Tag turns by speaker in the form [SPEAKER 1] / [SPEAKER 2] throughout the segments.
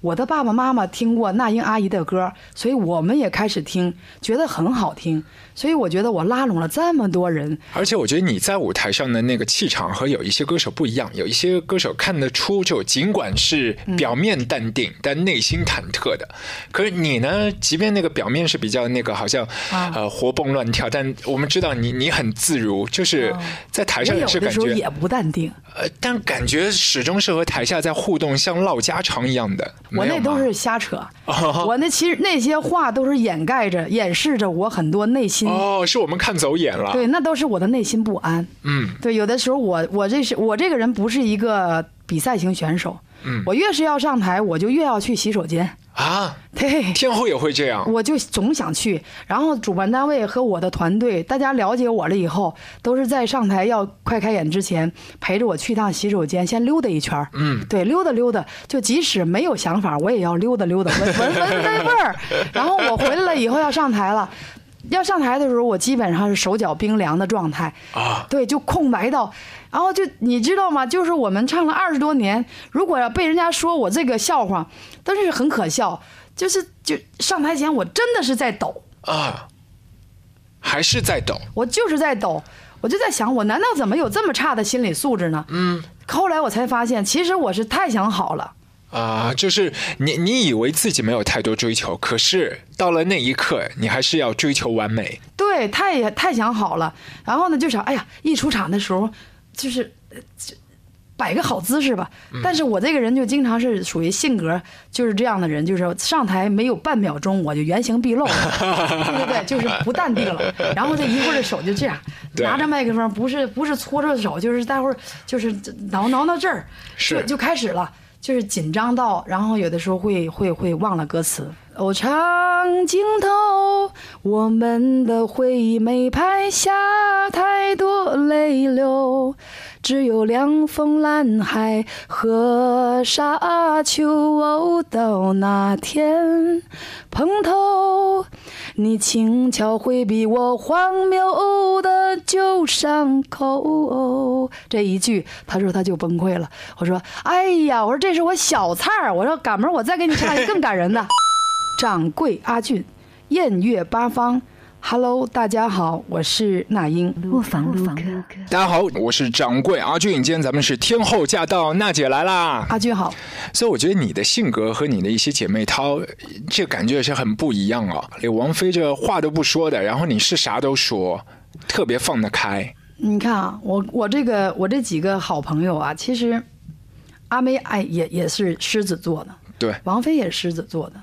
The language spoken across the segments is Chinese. [SPEAKER 1] 我的爸爸妈妈听过那英阿姨的歌，所以我们也开始听，觉得很好听。所以我觉得我拉拢了这么多人，
[SPEAKER 2] 而且我觉得你在舞台上的那个气场和有一些歌手不一样，有一些歌手看得出，就尽管是表面淡定，但内心忐忑的。可是你呢，即便那个表面是比较那个好像、
[SPEAKER 1] 啊
[SPEAKER 2] 呃活蹦乱跳，但我们知道你你很自如，就是在台
[SPEAKER 1] 啊我
[SPEAKER 2] 上也
[SPEAKER 1] 有
[SPEAKER 2] 哎是
[SPEAKER 1] 的
[SPEAKER 2] 感
[SPEAKER 1] 时候
[SPEAKER 2] 觉
[SPEAKER 1] 也不淡定。
[SPEAKER 2] 呃，但感觉始终是和台下在互动，像唠家常一样的。
[SPEAKER 1] 我
[SPEAKER 2] 没有
[SPEAKER 1] 那都
[SPEAKER 2] 吗哦
[SPEAKER 1] 是瞎扯，我那其实那些话都是掩盖着、掩饰着我很多内心，
[SPEAKER 2] 哦，是我们看走眼了。
[SPEAKER 1] 对，那都是我的内心不安。
[SPEAKER 2] 嗯，
[SPEAKER 1] 对，有的时候我我这是我这个人不是一个比赛型选手，
[SPEAKER 2] 嗯
[SPEAKER 1] 我越是要上台，我就越要去洗手间，
[SPEAKER 2] 啊，
[SPEAKER 1] 对。
[SPEAKER 2] 天后也会这样。
[SPEAKER 1] 我就总想去，然后主办单位和我的团队，大家了解我了以后，都是在上台要快开演之前，陪着我去趟洗手间，先溜达一圈儿。
[SPEAKER 2] 嗯，
[SPEAKER 1] 对，溜达溜达，就即使没有想法，我也要溜达溜达，闻闻闻闻味儿。然后我回来了以后要上台了，要上台的时候，我基本上是手脚冰凉的状态，
[SPEAKER 2] 啊，
[SPEAKER 1] 对，就空白到，然后就你知道吗？就是我们唱了二十多年，如果要被人家说我这个笑话，但是很可笑，就是就上台前我真的是在抖，
[SPEAKER 2] 啊，还是在抖。
[SPEAKER 1] 我就是在抖，我就在想，我难道怎么有这么差的心理素质呢？
[SPEAKER 2] 嗯
[SPEAKER 1] 后来我才发现，其实我是太想好了。
[SPEAKER 2] 啊，就是你你以为自己没有太多追求，可是到了那一刻，你还是要追求完美。
[SPEAKER 1] 对，太太想好了。然后呢，就想，哎呀，一出场的时候，就是呃就摆个好姿势吧。但是我这个人就经常是属于性格就是这样的人，就是上台没有半秒钟我就原形毕露了，对对对，就是不淡定了。然后这一会儿的手就这样
[SPEAKER 2] 对
[SPEAKER 1] 拿着麦克风，不是不是搓着手，就是待会儿就是挠挠到这儿，
[SPEAKER 2] 是
[SPEAKER 1] 就就开始了。就是紧张到，然后有的时候会会会忘了歌词。哦，长镜头，我们的回忆没拍下太多泪流，只有凉风、蓝海和沙丘。哦，到那天碰头，你轻巧回避我荒谬的旧伤口。哦这一句，他说他就崩溃了。我说，哎呀，我说这是我小菜儿，我说赶明儿我再给你唱一个更感人的。掌柜阿俊，艳月八方。Hello，大家好，我是那英。
[SPEAKER 3] 卧房撸客，
[SPEAKER 2] 大家好，我是掌柜阿俊，今天咱们是天后驾到，娜姐来啦。
[SPEAKER 1] 阿俊好，
[SPEAKER 2] 所以我觉得你的性格和你的一些姐妹淘，这感觉也是很不一样啊。王菲这话都不说的，然后你是啥都说，特别放得开。
[SPEAKER 1] 你看啊，我我这个我这几个好朋友啊，其实阿妹哎也也是狮子座的，
[SPEAKER 2] 对，
[SPEAKER 1] 王菲也是狮子座的，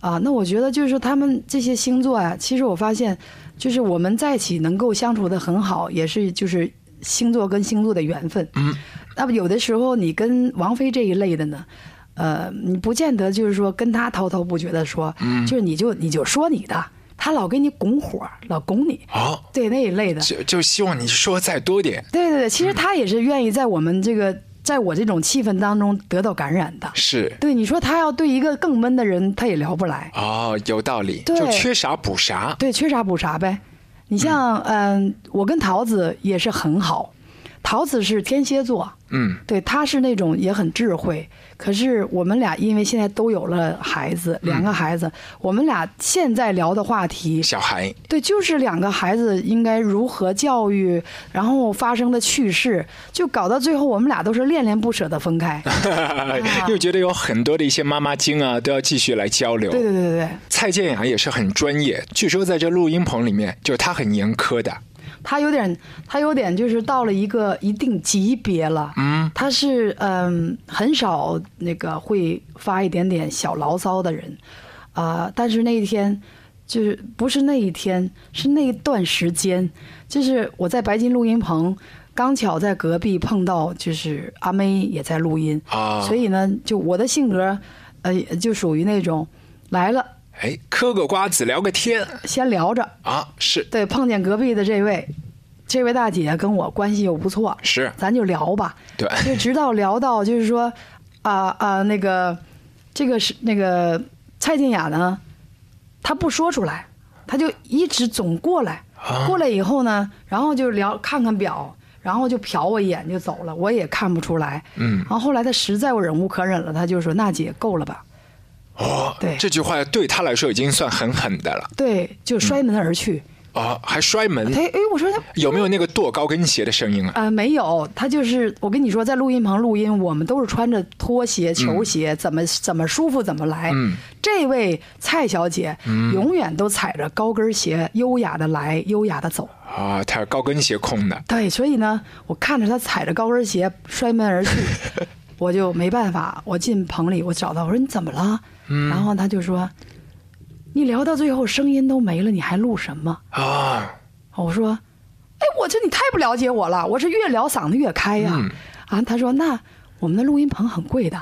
[SPEAKER 1] 啊，那我觉得就是他们这些星座啊，其实我发现，就是我们在一起能够相处的很好，也是就是星座跟星座的缘分。
[SPEAKER 2] 嗯，
[SPEAKER 1] 那么有的时候你跟王菲这一类的呢。呃，你不见得就是说跟她滔滔不绝的说，
[SPEAKER 2] 嗯
[SPEAKER 1] 就是你就你就说你的，她老给你拱火，老拱你，
[SPEAKER 2] 好、
[SPEAKER 1] 对那一类的，
[SPEAKER 2] 就就希望你说再多点。
[SPEAKER 1] 对对对，其实她也是愿意在我们这个，在我这种气氛当中得到感染的。
[SPEAKER 2] 是
[SPEAKER 1] 对，你说她要对一个更闷的人，她也聊不来。
[SPEAKER 2] 哦，有道理，
[SPEAKER 1] 对
[SPEAKER 2] 就缺啥补啥。
[SPEAKER 1] 对，缺啥补啥呗。你像，嗯、我跟桃子也是很好，桃子是天蝎座，
[SPEAKER 2] 嗯，
[SPEAKER 1] 对，她是那种也很智慧。可是我们俩因为现在都有了孩子，两个孩子，我们俩现在聊的话题，
[SPEAKER 2] 小孩
[SPEAKER 1] 对，就是两个孩子应该如何教育，然后发生的趣事，就搞到最后，我们俩都是恋恋不舍的分开。
[SPEAKER 2] 哎
[SPEAKER 1] 啊
[SPEAKER 2] 又觉得有很多的一些妈妈经啊，都要继续来交流。
[SPEAKER 1] 对对对对对，
[SPEAKER 2] 蔡健啊雅也是很专业，据说在这录音棚里面，就她很严苛的。
[SPEAKER 1] 他有点，他有点就是到了一个一定级别了。
[SPEAKER 2] 嗯，
[SPEAKER 1] 他是嗯很少那个会发一点点小牢骚的人，啊、但是那一天就是不是那一天，是那一段时间，就是我在白金录音棚，刚巧在隔壁碰到，就是阿妹也在录音，
[SPEAKER 2] 啊
[SPEAKER 1] 所以呢，就我的性格，呃，就属于那种来了
[SPEAKER 2] 哎，嗑个瓜子聊个天
[SPEAKER 1] 先聊着，
[SPEAKER 2] 啊，是
[SPEAKER 1] 对，碰见隔壁的这位，这位大姐跟我关系又不错，
[SPEAKER 2] 是，
[SPEAKER 1] 咱就聊吧。
[SPEAKER 2] 对，
[SPEAKER 1] 就直到聊到就是说，啊、啊、那个这个是那个蔡健雅呢，她不说出来，她就一直总过来，
[SPEAKER 2] 啊
[SPEAKER 1] 过来以后呢，然后就聊看看表，然后就瞟我一眼就走了，我也看不出来。
[SPEAKER 2] 嗯
[SPEAKER 1] 然后后来她实在我忍无可忍了，她就说：“娜姐，够了吧。”
[SPEAKER 2] 哦，
[SPEAKER 1] 对
[SPEAKER 2] 这句话对他来说已经算很狠的了
[SPEAKER 1] 对，
[SPEAKER 2] 嗯
[SPEAKER 1] 就摔门而去。
[SPEAKER 2] 啊、还摔门
[SPEAKER 1] 他，哎，我说他
[SPEAKER 2] 有没有那个跺高跟鞋的声音啊？
[SPEAKER 1] 呃，没有，他就是我跟你说，在录音棚录音，我们都是穿着拖鞋、球鞋，怎么怎么舒服怎么来。
[SPEAKER 2] 嗯
[SPEAKER 1] 这位蔡小姐、永远都踩着高跟鞋，优雅的来，优雅的走。
[SPEAKER 2] 啊，他高跟鞋控的，
[SPEAKER 1] 对，所以呢，我看着她踩着高跟鞋摔门而去，我就没办法，我进棚里，我找她，我说你怎么了？然后她就说，你聊到最后声音都没了，你还录什么？
[SPEAKER 2] 啊，
[SPEAKER 1] 我说，哎，我这你太不了解我了，我是越聊嗓子越开呀、
[SPEAKER 2] 嗯
[SPEAKER 1] 啊，他说那我们的录音棚很贵 的，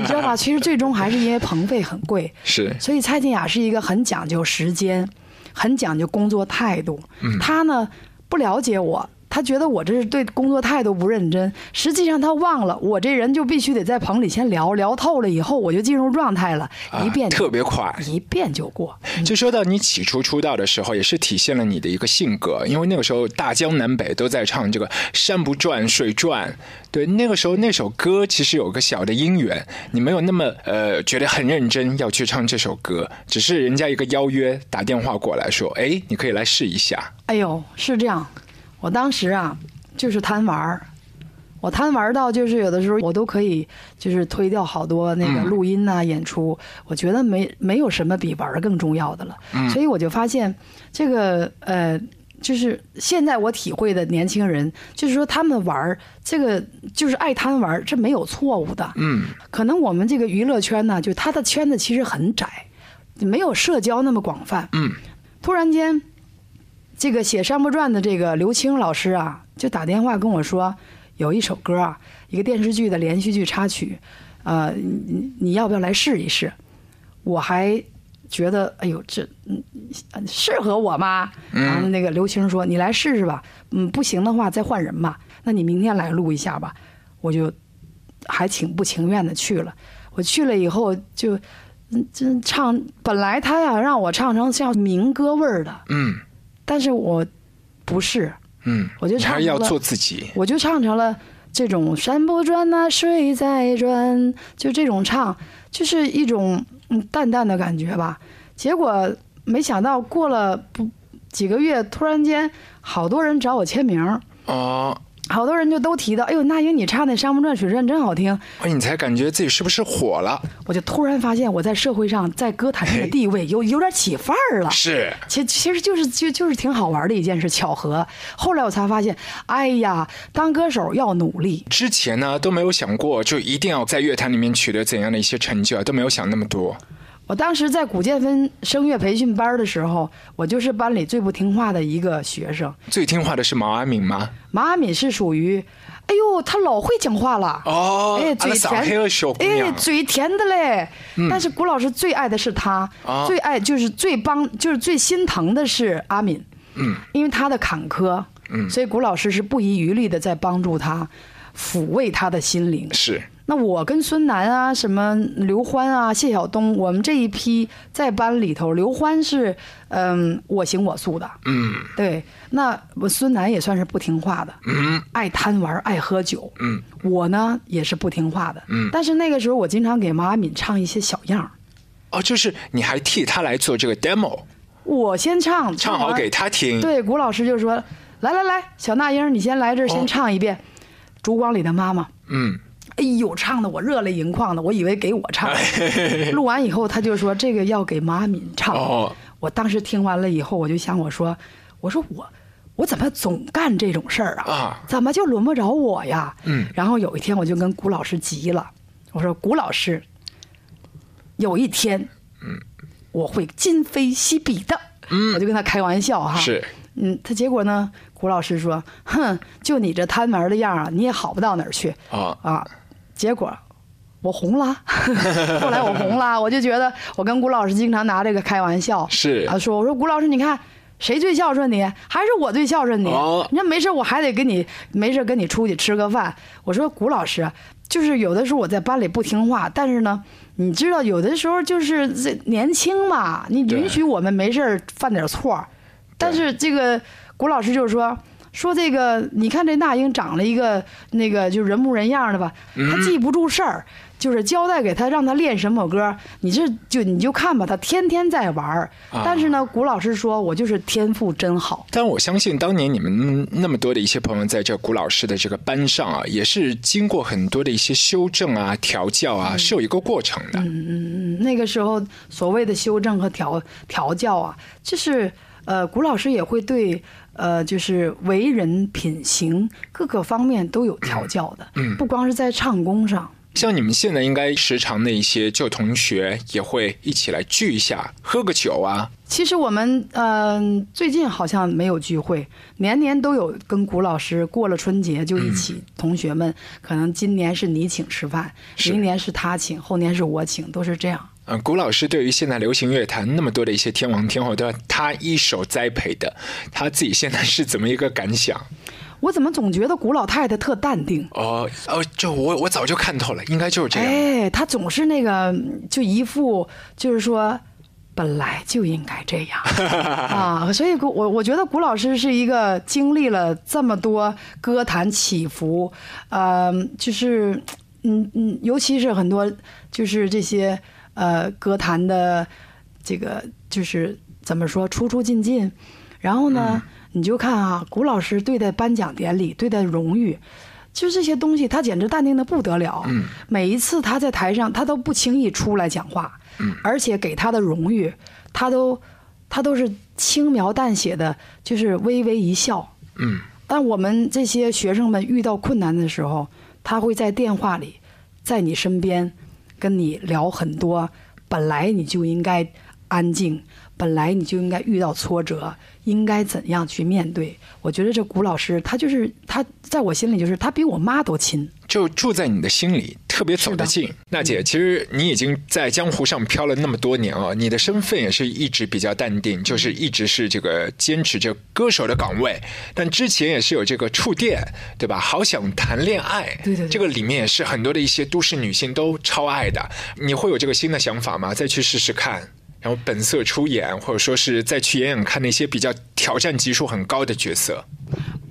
[SPEAKER 1] 你知道吧？其实最终还是因为棚费很贵，
[SPEAKER 2] 是
[SPEAKER 1] 所以蔡健雅是一个很讲究时间，很讲究工作态度。
[SPEAKER 2] 嗯
[SPEAKER 1] 她呢不了解我，她觉得我这是对工作态度不认真。实际上她忘了，我这人就必须得在棚里先聊聊透了，以后我就进入状态了，
[SPEAKER 2] 啊
[SPEAKER 1] 一遍就、
[SPEAKER 2] 特别快。
[SPEAKER 1] 一遍就 过。
[SPEAKER 2] 就说到你起初出道的时候，也是体现了你的一个性格，因为那个时候大江南北都在唱这个“山不转水转”，对，那个时候那首歌其实有个小的因缘，你没有那么呃觉得很认真要去唱这首歌，只是人家一个邀约打电话过来说，哎，你可以来试一下，
[SPEAKER 1] 哎呦，是这样，我当时啊就是贪玩儿。我贪玩儿到就是有的时候我都可以就是推掉好多那个录音呐、演出，我觉得没没有什么比玩儿更重要的了，
[SPEAKER 2] 嗯
[SPEAKER 1] 所以我就发现这个呃，就是现在我体会的年轻人，就是说他们玩儿这个就是爱贪玩儿，这没有错误的，
[SPEAKER 2] 嗯，
[SPEAKER 1] 可能我们这个娱乐圈呢，就它的圈子其实很窄，没有社交那么广泛。
[SPEAKER 2] 嗯，
[SPEAKER 1] 突然间，这个写《山不转》的这个刘青老师啊，就打电话跟我说，有一首歌啊，一个电视剧的连续剧插曲，呃，你你你要不要来试一试？我还觉得，哎呦，这嗯适合我吗？然后那个刘青说：“你来试试吧，嗯，不行的话再换人吧。那你明天来录一下吧。”我就还挺不情愿的去了。我去了以后就，嗯，真唱，本来他要让我唱成像民歌味儿的，
[SPEAKER 2] 嗯
[SPEAKER 1] 但是我不是，
[SPEAKER 2] 嗯，
[SPEAKER 1] 我就
[SPEAKER 2] 你
[SPEAKER 1] 唱
[SPEAKER 2] 还是要
[SPEAKER 1] 出了
[SPEAKER 2] 做自己，
[SPEAKER 1] 我就唱成了这种山不转呐、水在转，就这种唱，就是一种嗯淡淡的感觉吧。结果没想到过了不几个月，突然间好多人找我签名儿，
[SPEAKER 2] 哦、
[SPEAKER 1] 好多人就都提到，哎呦，那英你唱那《山不转水转》真好听。
[SPEAKER 2] 哎你才感觉自己是不是火了？
[SPEAKER 1] 我就突然发现我在社会上在歌坛上的地位有有点起范儿了。
[SPEAKER 2] 是，
[SPEAKER 1] 其其实就是就就是挺好玩的一件事，巧合。后来我才发现，哎呀，当歌手要努力，
[SPEAKER 2] 之前呢都没有想过，就一定要在乐坛里面取得怎样的一些成就啊，都没有想那么多。
[SPEAKER 1] 我当时在古建分声乐培训班的时候，我就是班里最不听话的一个学生。
[SPEAKER 2] 最听话的是毛阿敏吗？
[SPEAKER 1] 马阿敏是属于，哎呦，她老会讲话了，
[SPEAKER 2] 哦
[SPEAKER 1] 哎，
[SPEAKER 2] 阿
[SPEAKER 1] 嘴
[SPEAKER 2] 拉上海的
[SPEAKER 1] 甜
[SPEAKER 2] 小，姑
[SPEAKER 1] 哎
[SPEAKER 2] 娘，，嗯
[SPEAKER 1] 嘴甜的嘞。但是古老师最爱的是她，
[SPEAKER 2] 啊
[SPEAKER 1] 最爱就是最帮，就是最心疼的是阿敏，
[SPEAKER 2] 嗯，
[SPEAKER 1] 因为她的坎坷，嗯，所以古老师是不遗余力的在帮助她，抚慰她的心灵。
[SPEAKER 2] 是
[SPEAKER 1] 那我跟孙楠啊，什么刘欢啊、谢晓东，我们这一批在班里头，刘欢是嗯我行我素的，嗯，对。那我孙楠也算是不听话的，嗯，爱贪玩，爱喝酒，嗯。我呢也是不听话的，嗯。但是那个时候我经常给毛阿敏唱一些小样儿，
[SPEAKER 2] 哦，就是你还替他来做这个 demo，
[SPEAKER 1] 我先唱，
[SPEAKER 2] 唱好
[SPEAKER 1] 完
[SPEAKER 2] 给他听。
[SPEAKER 1] 对，古老师就说：“来来来，小那英儿，你先来这儿
[SPEAKER 2] 哦
[SPEAKER 1] 先唱一遍《烛光里的妈妈》。”
[SPEAKER 2] 嗯，
[SPEAKER 1] 哎呦，唱的我热泪盈眶的，我以为给我唱。
[SPEAKER 2] 哎
[SPEAKER 1] 录完以后，他就说这个要给马敏唱。
[SPEAKER 2] 哦
[SPEAKER 1] 我当时听完了以后，我就想，我说，我说我我怎么总干这种事儿啊？
[SPEAKER 2] 啊
[SPEAKER 1] 怎么就轮不着我呀？
[SPEAKER 2] 嗯。
[SPEAKER 1] 然后有一天，我就跟古老师急了，我说古老师，有一天，嗯，我会今非昔比的。嗯，我就跟他开玩笑哈。
[SPEAKER 2] 是。
[SPEAKER 1] 嗯，他结果呢？古老师说：“哼，就你这贪玩的样儿啊，你也好不到哪儿去。”
[SPEAKER 2] 啊
[SPEAKER 1] 啊，结果我红了， 后来我红了，我就觉得我跟古老师经常拿这个开玩笑，
[SPEAKER 2] 是
[SPEAKER 1] 啊，说我说古老师，你看。谁最孝顺你？还是我最孝顺你？
[SPEAKER 2] 哦
[SPEAKER 1] 你看没事，我还得跟你没事跟你出去吃个饭。我说古老师，啊就是有的时候我在班里不听话，但是呢，你知道有的时候就是这年轻嘛，你
[SPEAKER 2] 对
[SPEAKER 1] 允许我们没事儿犯点错儿。但是这个古老师就说说这个，你看这那英长了一个那个就人模人样的吧，他记不住事儿，就是交代给他让他练什么歌，你这就你就看吧，他天天在玩儿。但是呢，古老师说我就是天赋真好，
[SPEAKER 2] 但我相信，当年你们那么多的一些朋友在这古老师的这个班上啊，也是经过很多的一些修正啊、调教啊，是有一个过程的。
[SPEAKER 1] 嗯，那个时候所谓的修正和调调教啊，就是呃，古老师也会对呃，就是为人品行各个方面都有调教的，不光是在唱功上。
[SPEAKER 2] 像你们现在应该时常的一些旧同学也会一起来聚一下，喝个酒啊。
[SPEAKER 1] 其实我们嗯、最近好像没有聚会，年年都有跟古老师过了春节就一起，同学们可能今年是你请吃饭，
[SPEAKER 2] 是
[SPEAKER 1] 明年是他请，后年是我请，都是这样。
[SPEAKER 2] 嗯，古老师对于现在流行乐坛那么多的一些天王天后，都是他一手栽培的，他自己现在是怎么一个感想？
[SPEAKER 1] 我怎么总觉得古老太太特淡定？
[SPEAKER 2] 哦哦，就我我早就看透了，应该就是这样。
[SPEAKER 1] 哎，她总是那个嗯就一副就是说。本来就应该这样 啊，所以古我我觉得古老师是一个经历了这么多歌坛起伏，呃，就是嗯嗯，尤其是很多就是这些呃歌坛的这个就是怎么说出出进进，然后呢，你就看啊，古老师对待颁奖典礼，对待荣誉。就这些东西，他简直淡定的不得了。嗯，每一次他在台上，他都不轻易出来讲话。嗯，而且给他的荣誉，他都他都是轻描淡写的，就是微微一笑。
[SPEAKER 2] 嗯，
[SPEAKER 1] 但我们这些学生们遇到困难的时候，他会在电话里，在你身边跟你聊很多本来你就应该安静，本来你就应该遇到挫折，应该怎样去面对。我觉得这古老师他就是他，在我心里就是他比我妈都亲。
[SPEAKER 2] 就住在你的心里，特别走得近。娜姐，
[SPEAKER 1] 嗯
[SPEAKER 2] 其实你已经在江湖上飘了那么多年了，你的身份也是一直比较淡
[SPEAKER 1] 嗯
[SPEAKER 2] 定，就是一直是这个坚持着歌手的岗位。但之前也是有这个触电，对吧？好想谈恋爱，
[SPEAKER 1] 对对对
[SPEAKER 2] 这个里面也是很多的一些都市女性都超爱的。你会有这个新的想法吗？再去试试看。然后本色出演，或者说是再去演演看那些比较挑战级数很高的角色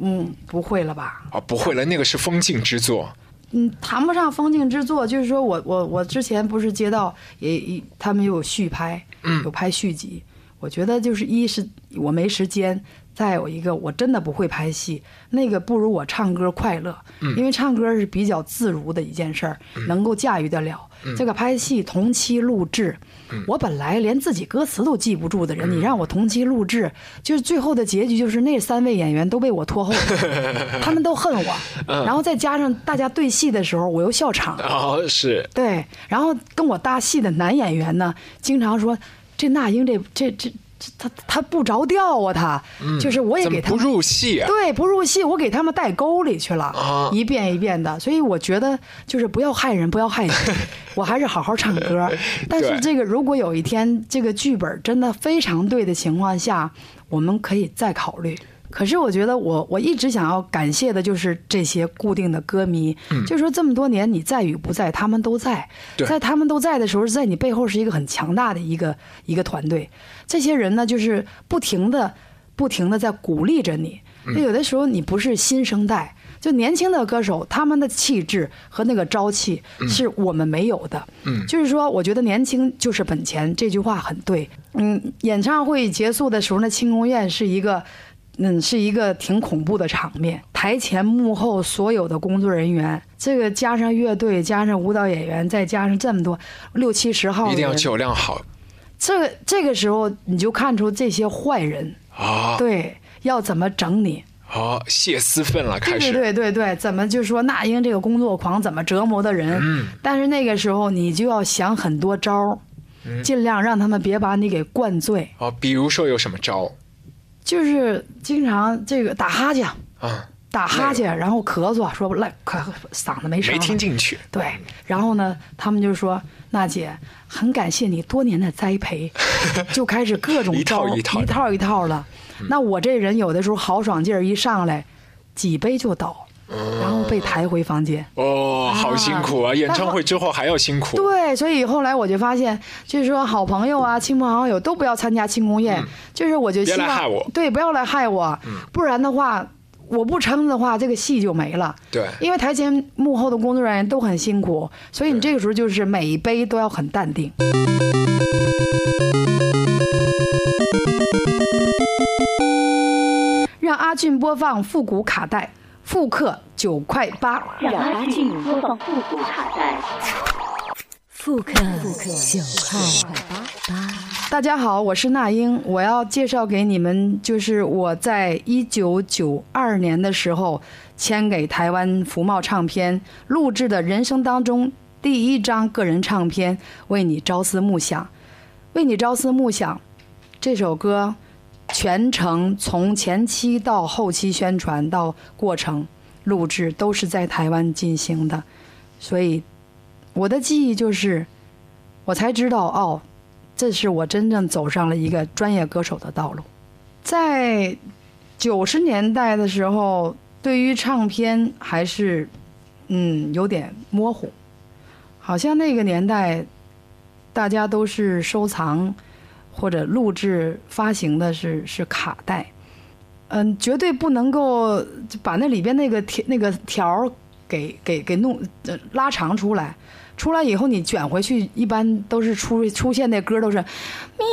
[SPEAKER 1] 嗯，不会了吧？
[SPEAKER 2] 啊、不会了，那个是封禁之作。
[SPEAKER 1] 嗯，谈不上封禁之作，就是说我我我之前不是接到也也他们有续拍，有拍续集，我觉得就是一是我没时间，再有一个我真的不会拍戏，那个不如我唱歌快乐，因为唱歌是比较自如的一件事儿，
[SPEAKER 2] 嗯
[SPEAKER 1] 能够驾驭得了。这个拍戏同期录制，
[SPEAKER 2] 嗯
[SPEAKER 1] 我本来连自己歌词都记不住的人，你让我同期录制，就是最后的结局就是那三位演员都被我拖后 腿，他们都恨
[SPEAKER 2] 嗯
[SPEAKER 1] 我，然后再加上大家对戏的时候我又笑场，
[SPEAKER 2] 哦，是
[SPEAKER 1] 对，然后跟我搭戏的男演员呢，经常说这那英这这这这他他不着调啊，他、就是我也
[SPEAKER 2] 嗯怎
[SPEAKER 1] 给
[SPEAKER 2] 么
[SPEAKER 1] 他
[SPEAKER 2] 不入戏啊？
[SPEAKER 1] 对，不入戏，我给他们带沟里去了，
[SPEAKER 2] 啊
[SPEAKER 1] 一遍一遍的。所以我觉得就是不要害人，不要害 人，我还是好好唱歌。但是
[SPEAKER 2] 对
[SPEAKER 1] 这个如果有一天这个剧本真的非常对的情况下，我们可以再考虑。可是我觉得我我一直想要感谢的就是这些固定的歌迷，就说这么多年你在与不在，他们都在，
[SPEAKER 2] 嗯对
[SPEAKER 1] 在他们都在的时候，在你背后是一个很强大的一个一个团队。这些人呢，就是不停的不停的在鼓励着你。
[SPEAKER 2] 嗯
[SPEAKER 1] 就有的时候你不是新生代，就年轻的歌手，他们的气质和那个朝气
[SPEAKER 2] 嗯
[SPEAKER 1] 是我们没有的。嗯，就是说，我觉得年轻就是本钱这句话很对。嗯，演唱会结束的时候，那庆功宴是一个。嗯，是一个挺恐怖的场面。台前幕后所有的工作人员，这个加上乐队，加上舞蹈演员，再加上这么多六七十号人，
[SPEAKER 2] 一定要酒量好
[SPEAKER 1] 这个这个时候你就看出这些坏人
[SPEAKER 2] 啊！
[SPEAKER 1] 对要怎么整你，
[SPEAKER 2] 哦，泄私愤了，开
[SPEAKER 1] 对对
[SPEAKER 2] 始
[SPEAKER 1] 对对对，怎么就说那英这个工作狂怎么折磨的人？
[SPEAKER 2] 嗯
[SPEAKER 1] 但是那个时候你就要想很多招儿，
[SPEAKER 2] 嗯
[SPEAKER 1] 尽量让他们别把你给灌醉，
[SPEAKER 2] 哦，比如说有什么招
[SPEAKER 1] 就是经常这个打哈欠，
[SPEAKER 2] 啊？
[SPEAKER 1] 打哈欠，然后咳嗽，说不来，快嗓子没声
[SPEAKER 2] 没
[SPEAKER 1] 了。
[SPEAKER 2] 听进去，
[SPEAKER 1] 对，然后呢，他们就说：“娜姐，很感谢你多年的栽 培，就开始各种
[SPEAKER 2] 一套
[SPEAKER 1] 招
[SPEAKER 2] 一套的嗯
[SPEAKER 1] 一套一套了。那我这人有的时候豪爽劲儿一上来，几杯就倒，然后被抬回房间。
[SPEAKER 2] 哦，好辛苦啊！演唱会之后还要辛苦，
[SPEAKER 1] 对，所以后来我就发现，就是说好朋友啊、亲朋好友都不要参加庆功宴，就是我就希
[SPEAKER 2] 嗯别来害
[SPEAKER 1] 望
[SPEAKER 2] 我嗯
[SPEAKER 1] 对不要来害我，不然的话。我不撑的话，这个戏就没了。
[SPEAKER 2] 对
[SPEAKER 1] 因为台前幕后的工作人员都很辛苦，所以你这个时候就是每一杯都要很淡定。让阿俊播放复古卡带，复刻九块八。
[SPEAKER 3] 让阿俊播放复古卡带。
[SPEAKER 4] 复刻九块
[SPEAKER 1] 大家好，我是那英，我要介绍给你们，就是我在一九九二年的时候签给台湾福茂唱片录制的人生当中第一张个人唱片《为你朝思暮想》，为你朝思暮想这首歌全程从前期到后期宣传到过程录制都是在台湾进行的，所以我的记忆就是，我才知道哦，这是我真正走上了一个专业歌手的道路。在九十年代的时候，对于唱片还是嗯有点模糊，好像那个年代大家都是收藏或者录制发行的是是卡带，嗯，绝对不能够把那里边那个条那个条儿给给给弄、呃拉长出来。出来以后，你卷回去，一般都是出出现那歌都是，喵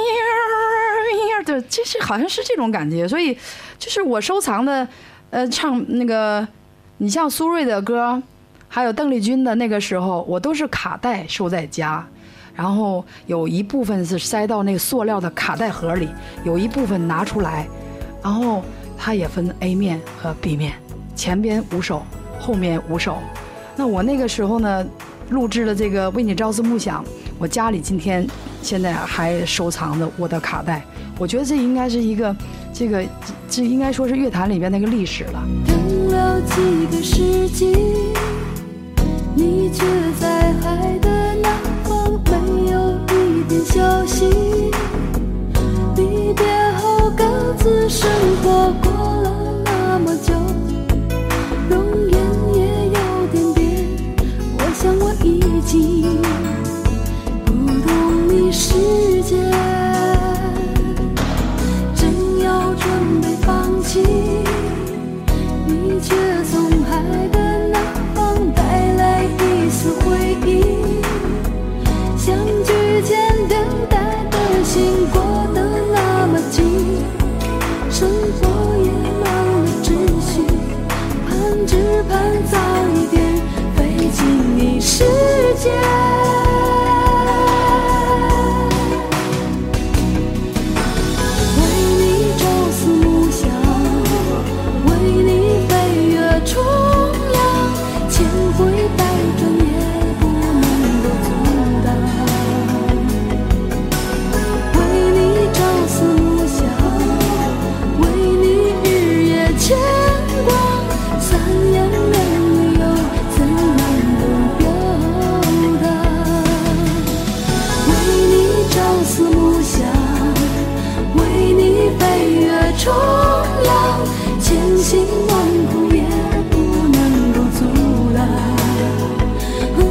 [SPEAKER 1] 喵的，这是好像是这种感觉。所以，就是我收藏的，呃，唱那个，你像苏芮的歌，还有邓丽君的那个时候，我都是卡带收在家，然后有一部分是塞到那个塑料的卡带盒里，有一部分拿出来，然后它也分 A 面和 B 面，前边五首，后面五首。那我那个时候呢，录制了这个《为你朝思暮想》，我家里今天现在还收藏着我的卡带。我觉得这应该是一个，这个这这应该说是乐坛里边那个历史了。
[SPEAKER 5] 等了几个世纪，你却在海的南方没有一点消息。离别后各自生活，过了那么久，容颜也有点变。我想我已经不懂你世界，正要准备放弃。你却从海的南方带来一丝回忆，相聚前等待的心过得那么急，生活也乱了秩序，盼只盼早一点飞进你世界。为你朝思暮想，为你飞越重洋，千回百转也不能够阻挡。为你朝思暮想，为你日夜牵挂，三言两语又怎能够表达？为你朝思暮想，为你飞越重洋，千辛万苦也不能够阻挡。嗯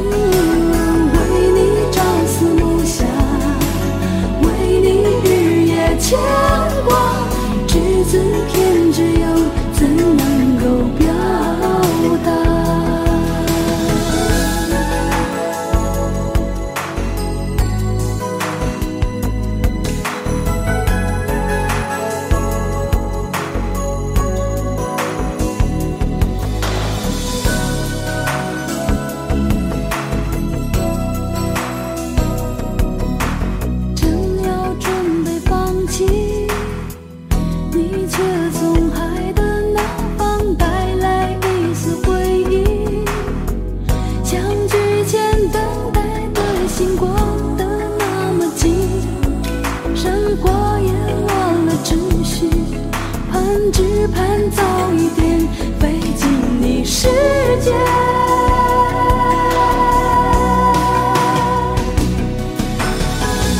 [SPEAKER 5] 为你朝思暮想，为你日夜牵挂，只字片语又怎能够表达？正要准备放弃，你却从海的南方带来一丝回忆。相聚前等待的心过得那么急，生活也乱了秩序，盼只盼早一点飞进你世界。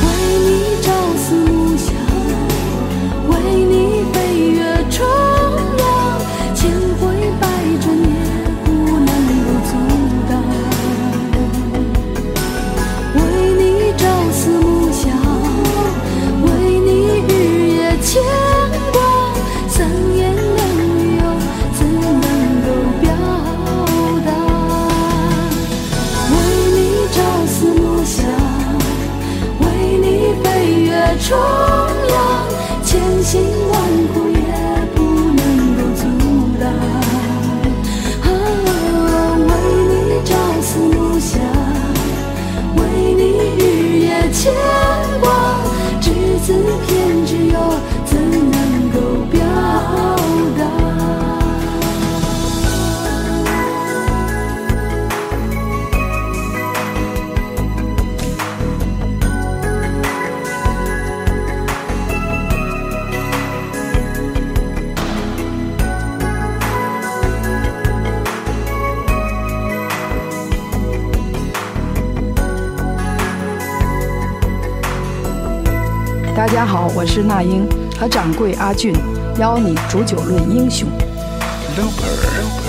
[SPEAKER 5] 为你朝思暮想，为你飞越重洋，千回百转也不能够阻挡。为你朝思暮想，为你日夜牵挂，三言两语又怎能在冲浪，千辛万苦也不能够阻挡。啊，为你朝思暮想，为你日夜牵挂，只字偏执又怎能够表达？
[SPEAKER 1] 大家好，我是那英和掌柜阿俊，邀你煮酒论英雄。
[SPEAKER 2] Looper。